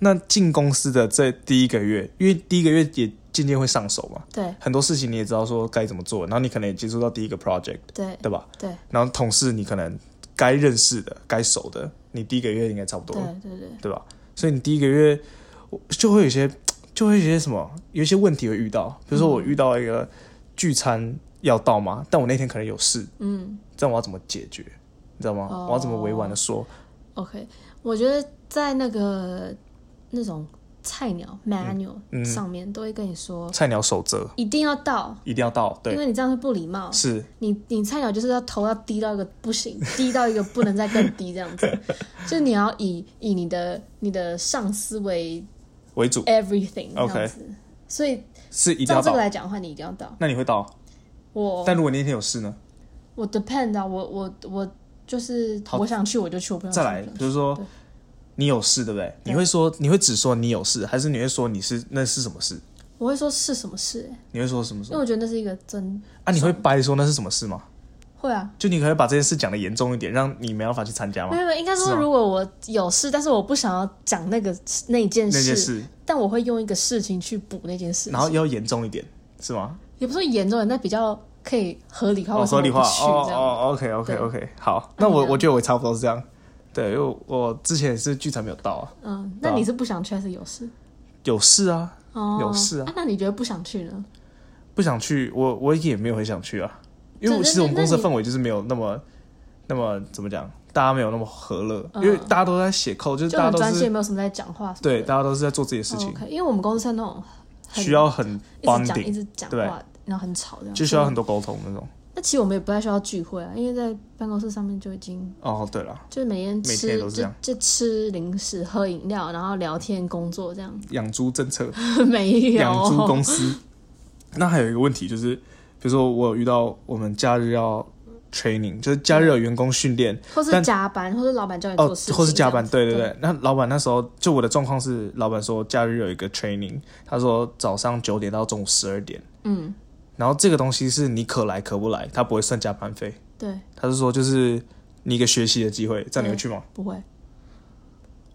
[SPEAKER 3] 那进公司的这第一个月，因为第一个月也渐渐会上手嘛，
[SPEAKER 2] 对
[SPEAKER 3] 很多事情你也知道说该怎么做，然后你可能也接触到第一个 project，
[SPEAKER 2] 对
[SPEAKER 3] 对吧？
[SPEAKER 2] 对
[SPEAKER 3] 然后同事你可能该认识的、该熟的，你第一个月应该差不多
[SPEAKER 2] 对
[SPEAKER 3] 了，
[SPEAKER 2] 对对，
[SPEAKER 3] 对吧？所以你第一个月我就会有一些，就会有一些什么，有一些问题会遇到。比如说我遇到一个聚餐要到吗？但我那天可能有事，
[SPEAKER 2] 嗯
[SPEAKER 3] 这样我要怎么解决？你知道吗？
[SPEAKER 2] 哦
[SPEAKER 3] 我要怎么委婉的说？
[SPEAKER 2] ，OK，我觉得在那个那种菜鸟 manual
[SPEAKER 3] 嗯
[SPEAKER 2] 上面都会跟你说，
[SPEAKER 3] 菜鸟守则
[SPEAKER 2] 一定要到，
[SPEAKER 3] 一定要到，
[SPEAKER 2] 因
[SPEAKER 3] 对，
[SPEAKER 2] 为你这样是不礼貌。
[SPEAKER 3] 是
[SPEAKER 2] 你你菜鸟就是要头要低到一个不行，
[SPEAKER 3] [LAUGHS]
[SPEAKER 2] 低到一个不能再更低这样子，就你要以以你的你的上司为
[SPEAKER 3] 为主，
[SPEAKER 2] everything 这
[SPEAKER 3] OK
[SPEAKER 2] 样子。所以
[SPEAKER 3] 是一定
[SPEAKER 2] 照
[SPEAKER 3] 要
[SPEAKER 2] 这
[SPEAKER 3] 到
[SPEAKER 2] 个。来讲的话，你一定要到。
[SPEAKER 3] 那你会到，
[SPEAKER 2] 我
[SPEAKER 3] 但如果你那天有事呢？
[SPEAKER 2] 我 depend 啊，我我我就是
[SPEAKER 3] 好
[SPEAKER 2] 我想去我就去，我不想去
[SPEAKER 3] 嗯再来，
[SPEAKER 2] 我不想
[SPEAKER 3] 比
[SPEAKER 2] 去
[SPEAKER 3] 如说
[SPEAKER 2] 嗯对
[SPEAKER 3] 你有事，对不对？你会说，你会只说你有事，还是你会说你是那是什么事？
[SPEAKER 2] 我会说是什么事、欸
[SPEAKER 3] 你会说什么事
[SPEAKER 2] 因为？我觉得那是一个真
[SPEAKER 3] 啊，你会掰说那是什么事吗？
[SPEAKER 2] 会啊。
[SPEAKER 3] 就你可以把这件事讲的严重一点，让你没办法去参加吗
[SPEAKER 2] 没？有没有，应该
[SPEAKER 3] 哦是
[SPEAKER 2] 说，
[SPEAKER 3] 吗
[SPEAKER 2] 如果我有事，但是我不想要讲那个那件
[SPEAKER 3] 那
[SPEAKER 2] 事，
[SPEAKER 3] 件事，
[SPEAKER 2] 但我会用一个事情去补那件事情。
[SPEAKER 3] 然后要严重一点，是吗？
[SPEAKER 2] 也不是说严重的，那比较可以合理化，
[SPEAKER 3] 哦，
[SPEAKER 2] 为什么
[SPEAKER 3] 合理化
[SPEAKER 2] 我不去
[SPEAKER 3] 哦
[SPEAKER 2] 这样。
[SPEAKER 3] 哦，OK OK
[SPEAKER 2] 对嗯
[SPEAKER 3] OK，好，那我我觉得我差不多是这样，对，因为我之前也是剧场没有到啊，
[SPEAKER 2] 嗯，那
[SPEAKER 3] 对啊
[SPEAKER 2] 你是不想去还是有事？
[SPEAKER 3] 有事啊，
[SPEAKER 2] 哦，
[SPEAKER 3] 有事啊
[SPEAKER 2] 那你觉得不想去呢？
[SPEAKER 3] 不想去，我我也没有很想去啊，因为我
[SPEAKER 2] 对
[SPEAKER 3] 其实我们
[SPEAKER 2] 那
[SPEAKER 3] 公司的
[SPEAKER 2] 那
[SPEAKER 3] 氛围就是没有那么那么怎么讲，大家没有那么和乐，因为大家都在写扣，就是
[SPEAKER 2] 嗯就
[SPEAKER 3] 大家
[SPEAKER 2] 很
[SPEAKER 3] 都
[SPEAKER 2] 专心，也
[SPEAKER 3] 是
[SPEAKER 2] 没有什么在讲话什么的。
[SPEAKER 3] 对，大家都是在做自己的事情
[SPEAKER 2] o，k 因为我们公司是那种很
[SPEAKER 3] 需要很
[SPEAKER 2] 一直讲一
[SPEAKER 3] bonding，
[SPEAKER 2] 直讲
[SPEAKER 3] 对
[SPEAKER 2] 话，然后很吵这样。
[SPEAKER 3] 就需要很多沟通那种。
[SPEAKER 2] 那其实我们也不太需要聚会啊，因为在办公室上面就已经
[SPEAKER 3] 哦，对了，
[SPEAKER 2] 就是每天
[SPEAKER 3] 每
[SPEAKER 2] 吃
[SPEAKER 3] 天都是这
[SPEAKER 2] 就
[SPEAKER 3] 样
[SPEAKER 2] 就吃零食、喝饮料，然后聊天、工作这样。 [LAUGHS]
[SPEAKER 3] 养猪政策，
[SPEAKER 2] 没有
[SPEAKER 3] 养猪公司。那还有一个问题就是，比如说我有遇到我们假日要 training，就是假日有员工训练，
[SPEAKER 2] 或是
[SPEAKER 3] 但
[SPEAKER 2] 加班，或是老板叫你
[SPEAKER 3] 哦
[SPEAKER 2] 做事，情，
[SPEAKER 3] 或是加班，
[SPEAKER 2] 这样
[SPEAKER 3] 对
[SPEAKER 2] 子
[SPEAKER 3] 对对。那老板那时候就我的状况是，老板说假日有一个 training，他说早上九点到中午十二点，
[SPEAKER 2] 嗯，
[SPEAKER 3] 然后这个东西是你可来可不来，他不会算加班费，
[SPEAKER 2] 对，
[SPEAKER 3] 他是说就是你一个学习的机会，这样你会去吗？
[SPEAKER 2] 不会。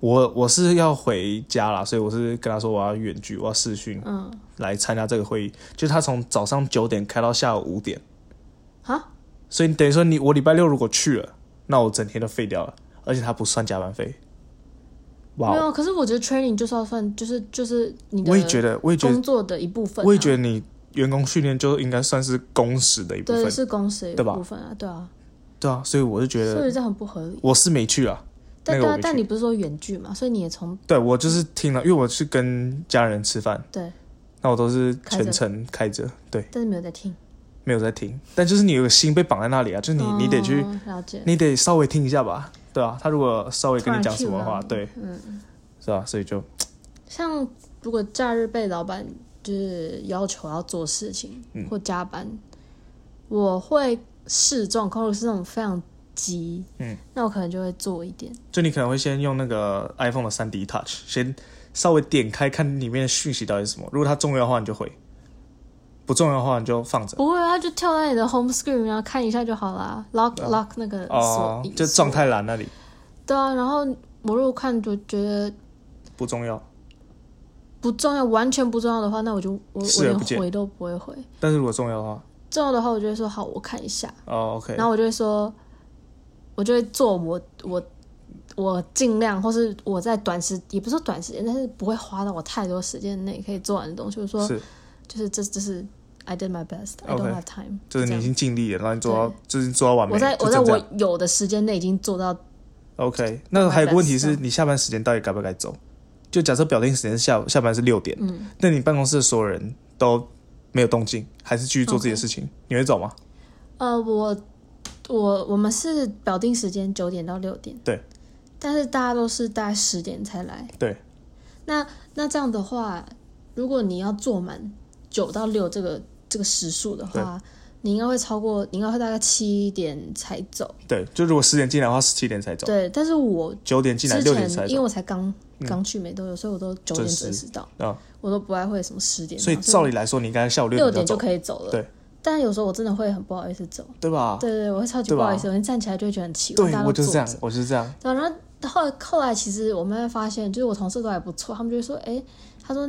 [SPEAKER 3] 我我是要回家啦，所以我是跟他说我要远距，我要视讯
[SPEAKER 2] 嗯，
[SPEAKER 3] 来参加这个会议，就是他从早上九点开到下午五点，
[SPEAKER 2] 啊，
[SPEAKER 3] 所以等于说你我礼拜六如果去了，那我整天都废掉了，而且他不算加班费。哇、哦
[SPEAKER 2] 没有。啊可是我觉得 training 就是要算，就是就是你的
[SPEAKER 3] 我也觉得，我也觉得
[SPEAKER 2] 工作的一部分、啊。
[SPEAKER 3] 我也觉得你员工训练就应该算是工时的一部
[SPEAKER 2] 对，
[SPEAKER 3] 分，
[SPEAKER 2] 是公司的一
[SPEAKER 3] 对吧
[SPEAKER 2] 部分啊，对啊，
[SPEAKER 3] 对啊，所以我就觉
[SPEAKER 2] 所以
[SPEAKER 3] 得
[SPEAKER 2] 这很不合理。
[SPEAKER 3] 我是没去啊，
[SPEAKER 2] 但
[SPEAKER 3] 那个
[SPEAKER 2] 对
[SPEAKER 3] 我
[SPEAKER 2] 啊
[SPEAKER 3] 没，
[SPEAKER 2] 但
[SPEAKER 3] 去
[SPEAKER 2] 你不是说远距嘛，所以你也从
[SPEAKER 3] 对我就是
[SPEAKER 2] 嗯
[SPEAKER 3] 听了，因为我去跟家人吃饭，
[SPEAKER 2] 对，
[SPEAKER 3] 那我都是
[SPEAKER 2] 开着
[SPEAKER 3] 全程开着，对，
[SPEAKER 2] 但是没有在听。
[SPEAKER 3] 没有在听，但就是你有个心被绑在那里啊，就是你、你得去，
[SPEAKER 2] 嗯了解。
[SPEAKER 3] 你得稍微听一下吧，对啊，他如果稍微跟你讲什么的话，
[SPEAKER 2] 突
[SPEAKER 3] 对，嗯，是吧？所以就
[SPEAKER 2] 像如果假日被老板就是要求要做事情、
[SPEAKER 3] 嗯
[SPEAKER 2] 或加班，我会视状况，如果是那种非常急，
[SPEAKER 3] 嗯，
[SPEAKER 2] 那我可能就会做一点。
[SPEAKER 3] 就你可能会先用那个 iPhone 的3 D Touch 先稍微点开看里面的讯息到底是什么，如果它重要的话你就回，不重要的话你就放着。
[SPEAKER 2] 不会啊，就跳到你的 home screen，然后看一下就好啦。lock lock 那个
[SPEAKER 3] 哦
[SPEAKER 2] 锁，
[SPEAKER 3] 就状。态栏那里
[SPEAKER 2] 对啊，然后我如果看就觉得
[SPEAKER 3] 不重要，
[SPEAKER 2] 不重要，完全不重要的话，那我就我我
[SPEAKER 3] 视而
[SPEAKER 2] 连
[SPEAKER 3] 不见
[SPEAKER 2] 回都不会回。
[SPEAKER 3] 但是如果重要的话，
[SPEAKER 2] 重要的话，我就会说好，我看一下。
[SPEAKER 3] 哦，OK，
[SPEAKER 2] 然后我就会说，我就会做我我我尽量，或是我在短时也不是说短时间，但是不会花到我太多时间内可以做完的东西。我说，
[SPEAKER 3] 是，
[SPEAKER 2] 就是这这是 I did my best, I don't
[SPEAKER 3] OK
[SPEAKER 2] have time 这
[SPEAKER 3] 就是你
[SPEAKER 2] 样。
[SPEAKER 3] 已经尽力了，然后你做到，就是做到完美。
[SPEAKER 2] 我在
[SPEAKER 3] 就
[SPEAKER 2] 我在
[SPEAKER 3] 这
[SPEAKER 2] 我
[SPEAKER 3] 样
[SPEAKER 2] 有的时间内已经做到，
[SPEAKER 3] OK，那还有个问题
[SPEAKER 2] 这
[SPEAKER 3] 是
[SPEAKER 2] 样
[SPEAKER 3] 你下班时间到底该不该走？就假设表定时间是下午下班是六点，嗯，那你办公室的所有人都没有动静，还是继续做自己的事情，你会走吗？
[SPEAKER 2] 呃，我我我们是表定时间九点到六点，
[SPEAKER 3] 对，
[SPEAKER 2] 但是大家都是大概十点才来。
[SPEAKER 3] 对，
[SPEAKER 2] 那那这样的话，如果你要做满九到六这个这个时数的话，你应该会超过，你应该会大概七点才走。
[SPEAKER 3] 对，就如果十点进来的话，十七点才走，
[SPEAKER 2] 对，但是我
[SPEAKER 3] 九点进来
[SPEAKER 2] 之
[SPEAKER 3] 六点才
[SPEAKER 2] 前因为
[SPEAKER 3] 走嗯
[SPEAKER 2] 我才刚刚去没多久，所以我都九点
[SPEAKER 3] 准时
[SPEAKER 2] 准时到，
[SPEAKER 3] 啊、
[SPEAKER 2] 我都不爱会什么十点
[SPEAKER 3] 所
[SPEAKER 2] 这
[SPEAKER 3] 以
[SPEAKER 2] 样。
[SPEAKER 3] 照理来说，你应该下午
[SPEAKER 2] 六
[SPEAKER 3] 六
[SPEAKER 2] 点
[SPEAKER 3] 点
[SPEAKER 2] 就
[SPEAKER 3] 走，
[SPEAKER 2] 可以走了。
[SPEAKER 3] 对。
[SPEAKER 2] 但有时候我真的会很不好意思走，
[SPEAKER 3] 对吧？
[SPEAKER 2] 对对对，我会超级
[SPEAKER 3] 对
[SPEAKER 2] 不
[SPEAKER 3] 吧
[SPEAKER 2] 好意思，我站起来就会觉得很奇怪，
[SPEAKER 3] 对
[SPEAKER 2] 大家，都
[SPEAKER 3] 我就是
[SPEAKER 2] 坐
[SPEAKER 3] 这样
[SPEAKER 2] 着，
[SPEAKER 3] 我就是这样，
[SPEAKER 2] 对，然后后来后来其实我慢慢发现，就是我同事都还不错，他们就会说，哎、他说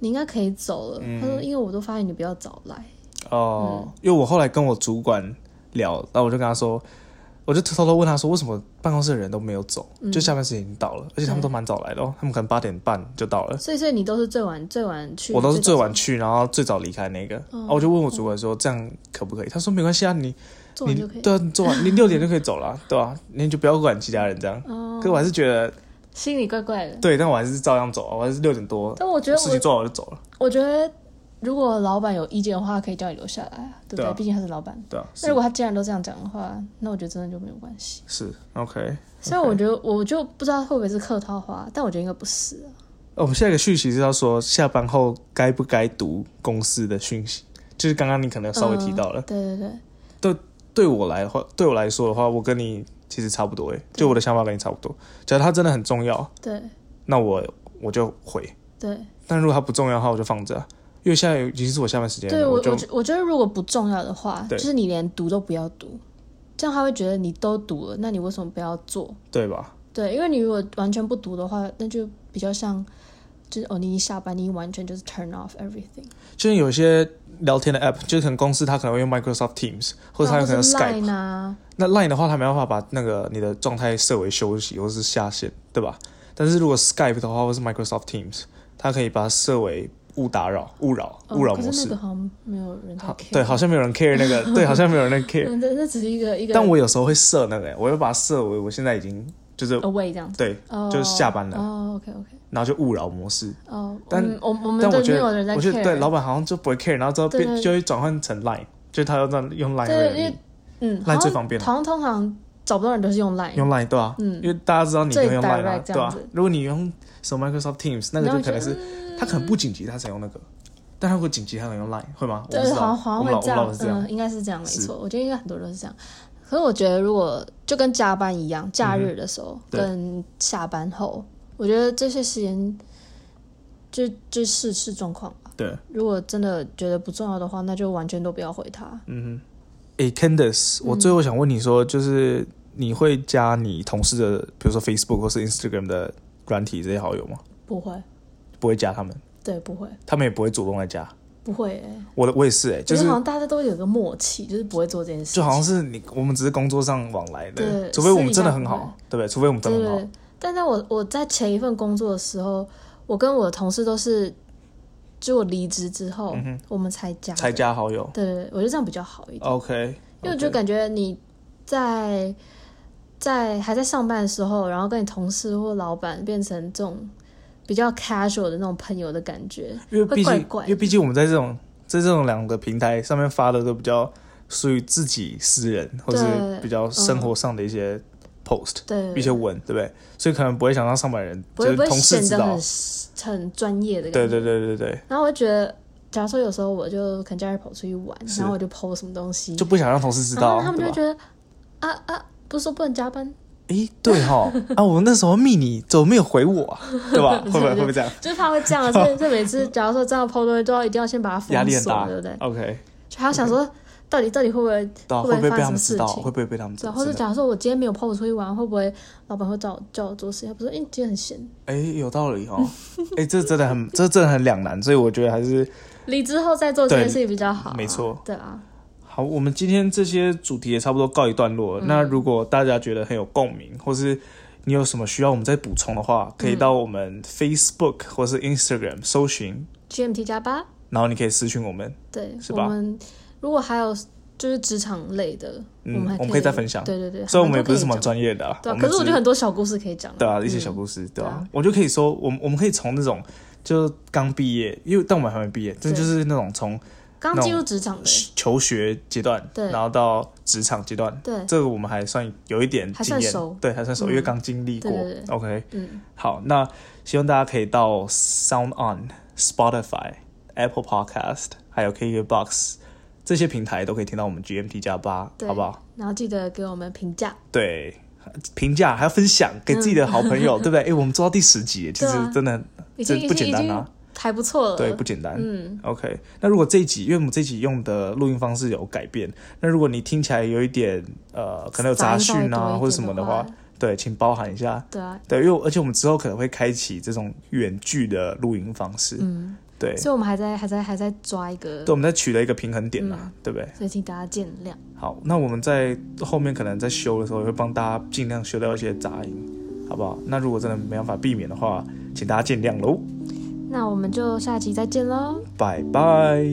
[SPEAKER 2] 你应该可以走了，
[SPEAKER 3] 嗯
[SPEAKER 2] 他说因为我都发现你比较早来，
[SPEAKER 3] 哦，
[SPEAKER 2] 嗯
[SPEAKER 3] 因为我后来跟我主管聊，然后我就跟他说，我就偷偷问他说，为什么办公室的人都没有走？
[SPEAKER 2] 嗯
[SPEAKER 3] 就下班时间已经到了，而且他们都蛮早来的、哦，他们可能八点半就到了。
[SPEAKER 2] 所以所以你都是最晚最晚去，
[SPEAKER 3] 我都是最晚去，然后最早离开那个。然
[SPEAKER 2] 哦
[SPEAKER 3] 后我就问我主管说：“这样可不可以？”他说：“没关系啊，你
[SPEAKER 2] 做
[SPEAKER 3] 你
[SPEAKER 2] 完就可以，
[SPEAKER 3] 对啊，你做完你六点就可以走了啊，对吧、那你就不要管其他人这样。
[SPEAKER 2] 哦
[SPEAKER 3] 可是我还是觉得
[SPEAKER 2] 心里怪怪的。
[SPEAKER 3] 对，但我还是照样走啊，我还是六点多
[SPEAKER 2] 但我觉得
[SPEAKER 3] 事情
[SPEAKER 2] 我
[SPEAKER 3] 做好就走了，
[SPEAKER 2] 我觉得如果老板有意见的话，可以叫你留下来啊，对不
[SPEAKER 3] 对啊
[SPEAKER 2] 对？毕竟他是老板。
[SPEAKER 3] 对啊，
[SPEAKER 2] 那
[SPEAKER 3] 是
[SPEAKER 2] 如果他既然都这样讲的话，那我觉得真的就没有关系。
[SPEAKER 3] 是 OK。
[SPEAKER 2] 虽然我觉得我就不知道会不会是客套话，但我觉得应该不是啊。
[SPEAKER 3] 哦我们下一个讯息是要说下班后该不该读公司的讯息，就是刚刚你可能稍微提到了。
[SPEAKER 2] 对嗯对对，
[SPEAKER 3] 对我来话，对我来说的话，我跟你其实差不多诶，欸就我的想法跟你差不多。假如它真的很重要，
[SPEAKER 2] 对
[SPEAKER 3] 那我我就回。
[SPEAKER 2] 对
[SPEAKER 3] 但如果它不重要的话，我就放着啊，因为现在已经是我下班时间
[SPEAKER 2] 对，
[SPEAKER 3] 了，
[SPEAKER 2] 我
[SPEAKER 3] 就
[SPEAKER 2] 我觉我觉得如果不重要的话，就
[SPEAKER 3] 对
[SPEAKER 2] 是你连读都不要读，这样他会觉得你都读了，那你为什么不要做？
[SPEAKER 3] 对吧？
[SPEAKER 2] 对，因为你如果完全不读的话，那就比较像就是哦，你一下班你完全就是 turn off everything，
[SPEAKER 3] 就是有些聊天的 app，就是可能公司它可能会用 Microsoft Teams，或者它有可能 Skype。
[SPEAKER 2] 嗯 Line 啊，
[SPEAKER 3] 那 Line 的话，它没办法把那个你的状态设为休息或是下线，对吧？但是如果 Skype 的话，或是 Microsoft Teams，它可以把它设为勿打扰、勿扰、
[SPEAKER 2] 哦
[SPEAKER 3] 勿扰
[SPEAKER 2] 可
[SPEAKER 3] 模
[SPEAKER 2] 是那
[SPEAKER 3] 式
[SPEAKER 2] 个。好像没有人在
[SPEAKER 3] 好
[SPEAKER 2] care，
[SPEAKER 3] 对，好像没有人 care 那个，对，好像没有人
[SPEAKER 2] [LAUGHS]
[SPEAKER 3] care。
[SPEAKER 2] 嗯，那那只是一个一个，
[SPEAKER 3] 但我有时候会设那个、欸，我会把它设为我现在已经就是、
[SPEAKER 2] away 这样子，
[SPEAKER 3] 对，
[SPEAKER 2] 哦
[SPEAKER 3] 就是下班了，
[SPEAKER 2] 哦，OK OK，
[SPEAKER 3] 然后就勿扰模式。
[SPEAKER 2] 哦，
[SPEAKER 3] 但
[SPEAKER 2] 嗯我我们
[SPEAKER 3] 但
[SPEAKER 2] 都没
[SPEAKER 3] 我觉得，
[SPEAKER 2] 有人在
[SPEAKER 3] 我觉
[SPEAKER 2] care，
[SPEAKER 3] 得对老板好像就不会 care，然后之后
[SPEAKER 2] 对
[SPEAKER 3] 变
[SPEAKER 2] 对
[SPEAKER 3] 就会转换成 Line，就是他要让用 Line
[SPEAKER 2] 对
[SPEAKER 3] 会
[SPEAKER 2] 因为嗯，
[SPEAKER 3] Line
[SPEAKER 2] 好像
[SPEAKER 3] 最方便了
[SPEAKER 2] 好像通常找不到人都是用 Line，
[SPEAKER 3] 用 Line 对啊，
[SPEAKER 2] 嗯
[SPEAKER 3] 因为大家知道你一定会用
[SPEAKER 2] 最
[SPEAKER 3] Line 啊
[SPEAKER 2] direct 这
[SPEAKER 3] 对
[SPEAKER 2] 样
[SPEAKER 3] 啊
[SPEAKER 2] 子，
[SPEAKER 3] 如果你用什么 Microsoft Teams，那个
[SPEAKER 2] 然后
[SPEAKER 3] 就可能
[SPEAKER 2] 觉得
[SPEAKER 3] 是他可能不紧急他才用那个，但他如果紧急他可能用 Line 会吗？我
[SPEAKER 2] 对
[SPEAKER 3] 不，知
[SPEAKER 2] 好
[SPEAKER 3] 道，
[SPEAKER 2] 像好像
[SPEAKER 3] 我不
[SPEAKER 2] 会
[SPEAKER 3] 知道我不
[SPEAKER 2] 这
[SPEAKER 3] 知道是这样
[SPEAKER 2] 嗯，，应该是这样，没
[SPEAKER 3] 是
[SPEAKER 2] 错。我觉得应该很多都是这样。可是我觉得，如果就跟加班一样，假日的时候、
[SPEAKER 3] 嗯对
[SPEAKER 2] 跟下班后，我觉得这些时间就就视视状况吧。
[SPEAKER 3] 对，
[SPEAKER 2] 如果真的觉得不重要的话，那就完全都不要回他。
[SPEAKER 3] 嗯哼，诶 c a n d a c e
[SPEAKER 2] 嗯
[SPEAKER 3] 我最后想问你说，就是你会加你同事的，比如说 Facebook 或是 Instagram 的软体这些好友吗？
[SPEAKER 2] 不会，
[SPEAKER 3] 不会加他们，
[SPEAKER 2] 对，不会，
[SPEAKER 3] 他们也不会主动来加。
[SPEAKER 2] 不会、欸。
[SPEAKER 3] 我的我也是诶，就
[SPEAKER 2] 我觉
[SPEAKER 3] 是
[SPEAKER 2] 得好像大家都有个默契，就是不会做这件事情。
[SPEAKER 3] 就好像是你，我们只是工作上往来的
[SPEAKER 2] 对，
[SPEAKER 3] 除非我们真的很
[SPEAKER 2] 私底下
[SPEAKER 3] 好，对不对？除非我们真的
[SPEAKER 2] 对
[SPEAKER 3] 很
[SPEAKER 2] 对
[SPEAKER 3] 好
[SPEAKER 2] 对，。但在我我在前一份工作的时候，我跟我的同事都是，就我离职之后，我们才加的
[SPEAKER 3] 嗯才加好友。
[SPEAKER 2] 对对，对我觉得这样比较好一点，
[SPEAKER 3] OK，
[SPEAKER 2] 因为我就感觉你哦在在还在上班的时候，然后跟你同事或老板变成这种比较 casual 的那种朋友的感觉，
[SPEAKER 3] 因为毕
[SPEAKER 2] 会怪
[SPEAKER 3] 竟，
[SPEAKER 2] 怪
[SPEAKER 3] 因为毕竟我们在这种在这种两个平台上面发的都比较属于自己私人或是
[SPEAKER 2] 对嗯
[SPEAKER 3] 比较生活上的一些 post，、
[SPEAKER 2] 对，
[SPEAKER 3] 一些文，对不对？所以可能不会想让上百人
[SPEAKER 2] 不
[SPEAKER 3] 就
[SPEAKER 2] 会
[SPEAKER 3] 是
[SPEAKER 2] 不会
[SPEAKER 3] 同事
[SPEAKER 2] 显
[SPEAKER 3] 知
[SPEAKER 2] 得
[SPEAKER 3] 道
[SPEAKER 2] 很。很专业的感觉。
[SPEAKER 3] 对对对对对，
[SPEAKER 2] 然后我就觉得，假如说有时候我就可能假日跑出去玩，
[SPEAKER 3] 是
[SPEAKER 2] 然后我就 PO 什么东西，
[SPEAKER 3] 就不想让同事知
[SPEAKER 2] 然
[SPEAKER 3] 道
[SPEAKER 2] 后，他们就
[SPEAKER 3] 对
[SPEAKER 2] 会
[SPEAKER 3] 吧？
[SPEAKER 2] 觉得啊啊，不是说不能加班， [LAUGHS]
[SPEAKER 3] 诶，对哈，啊，我那时候密你怎么没有回我啊？对
[SPEAKER 2] [LAUGHS]
[SPEAKER 3] 吧？会不会会不会这样？
[SPEAKER 2] 就是怕会这样
[SPEAKER 3] [LAUGHS]
[SPEAKER 2] 啊。所以所以每次假如说这样 PO 东西，都要一定要先把它
[SPEAKER 3] 压
[SPEAKER 2] 封
[SPEAKER 3] 力很
[SPEAKER 2] 锁，
[SPEAKER 3] 大嗯
[SPEAKER 2] 对不对？
[SPEAKER 3] ，OK，
[SPEAKER 2] 就还要想说，到底到底会不会
[SPEAKER 3] 对啊，
[SPEAKER 2] 会
[SPEAKER 3] 会
[SPEAKER 2] 不会
[SPEAKER 3] 不会
[SPEAKER 2] 发
[SPEAKER 3] 被
[SPEAKER 2] 生
[SPEAKER 3] 他们知道？
[SPEAKER 2] 事情
[SPEAKER 3] 会不会被他们知
[SPEAKER 2] 对，
[SPEAKER 3] 道？
[SPEAKER 2] 或者
[SPEAKER 3] 真的
[SPEAKER 2] 假如说我今天没有泡我出去玩，会不会老板会找我叫我做事？他不说，哎、你今天很闲，
[SPEAKER 3] 哎、有道理哦。哎、这真的很，这真的很两难，所以我觉得还是
[SPEAKER 2] 离职后再做这
[SPEAKER 3] 对
[SPEAKER 2] 件事情比较好啊、
[SPEAKER 3] 没错
[SPEAKER 2] 对啊，
[SPEAKER 3] 好。我们今天这些主题也差不多告一段落
[SPEAKER 2] 嗯
[SPEAKER 3] 了。那如果大家觉得很有共鸣，或是你有什么需要我们再补充的话，可以到我们 Facebook
[SPEAKER 2] 嗯
[SPEAKER 3] 或是 Instagram 搜寻，
[SPEAKER 2] ，GMT 加八，
[SPEAKER 3] 然后你可以私讯我们。
[SPEAKER 2] 对，
[SPEAKER 3] 是
[SPEAKER 2] 我
[SPEAKER 3] 吧
[SPEAKER 2] 们如果还有就是职场类的，
[SPEAKER 3] 嗯
[SPEAKER 2] 我们还
[SPEAKER 3] 我们
[SPEAKER 2] 以
[SPEAKER 3] 可以再分享
[SPEAKER 2] 对对对，
[SPEAKER 3] 虽然我们
[SPEAKER 2] 还
[SPEAKER 3] 也
[SPEAKER 2] 蛮
[SPEAKER 3] 不
[SPEAKER 2] 多
[SPEAKER 3] 是什么
[SPEAKER 2] 可以讲，
[SPEAKER 3] 专业的、啊，
[SPEAKER 2] 对啊，
[SPEAKER 3] 我
[SPEAKER 2] 可
[SPEAKER 3] 们
[SPEAKER 2] 是我
[SPEAKER 3] 只
[SPEAKER 2] 觉得很多小故事可以讲，
[SPEAKER 3] 对啊，一些小故事，对
[SPEAKER 2] 对
[SPEAKER 3] 啊
[SPEAKER 2] 啊，
[SPEAKER 3] 我就可以说，我们我们可以从那种就刚毕业，因为但我们还没毕业，真的
[SPEAKER 2] 对
[SPEAKER 3] 就是那种从
[SPEAKER 2] 刚进入职场的，
[SPEAKER 3] 求学阶段，
[SPEAKER 2] 对
[SPEAKER 3] 然后到职场阶段，
[SPEAKER 2] 对
[SPEAKER 3] 这个我们还算有一点
[SPEAKER 2] 还
[SPEAKER 3] 经
[SPEAKER 2] 算
[SPEAKER 3] 验
[SPEAKER 2] 熟，嗯
[SPEAKER 3] 对，还算熟，因为刚经历过。
[SPEAKER 2] 对对对
[SPEAKER 3] OK，
[SPEAKER 2] 嗯，
[SPEAKER 3] 好，那希望大家可以到 Sound On、Spotify、Apple Podcast，还有 KKBox 这些平台都可以听到我们 GMT 加八，
[SPEAKER 2] 对，
[SPEAKER 3] 好不好？？
[SPEAKER 2] 然后记得给我们评价，
[SPEAKER 3] 对，评价还要分享给自己的好朋友，对不对？哎，我们做到第十集，其
[SPEAKER 2] 嗯对啊
[SPEAKER 3] 实真的
[SPEAKER 2] 已
[SPEAKER 3] 这
[SPEAKER 2] 经已
[SPEAKER 3] 不
[SPEAKER 2] 经
[SPEAKER 3] 简
[SPEAKER 2] 已
[SPEAKER 3] 单
[SPEAKER 2] 经
[SPEAKER 3] 啊
[SPEAKER 2] 还不错了，
[SPEAKER 3] 对，不简单。
[SPEAKER 2] 嗯
[SPEAKER 3] ，OK。那如果这一集，因为我们这一集用的录音方式有改变，那如果你听起来有一点呃，可能有杂
[SPEAKER 2] 稍微
[SPEAKER 3] 讯
[SPEAKER 2] 多一
[SPEAKER 3] 啊
[SPEAKER 2] 点
[SPEAKER 3] 或者什么
[SPEAKER 2] 的
[SPEAKER 3] 的话
[SPEAKER 2] 话，
[SPEAKER 3] 对，请包含一下。
[SPEAKER 2] 对啊，
[SPEAKER 3] 对，因为我而且我们之后可能会开启这种远距的录音方式。
[SPEAKER 2] 嗯，
[SPEAKER 3] 对，
[SPEAKER 2] 所以我们还在还在还在抓一个
[SPEAKER 3] 对，，我们在取得一个平衡点啦，
[SPEAKER 2] 嗯
[SPEAKER 3] 对不对？
[SPEAKER 2] 所以请大家见谅。
[SPEAKER 3] 好，那我们在后面可能在修的时候，也会帮大家尽量修掉一些杂音，好不好？那如果真的没办法避免的话，请大家见谅喽，
[SPEAKER 2] 那我们就下期再见喽。
[SPEAKER 3] 拜拜。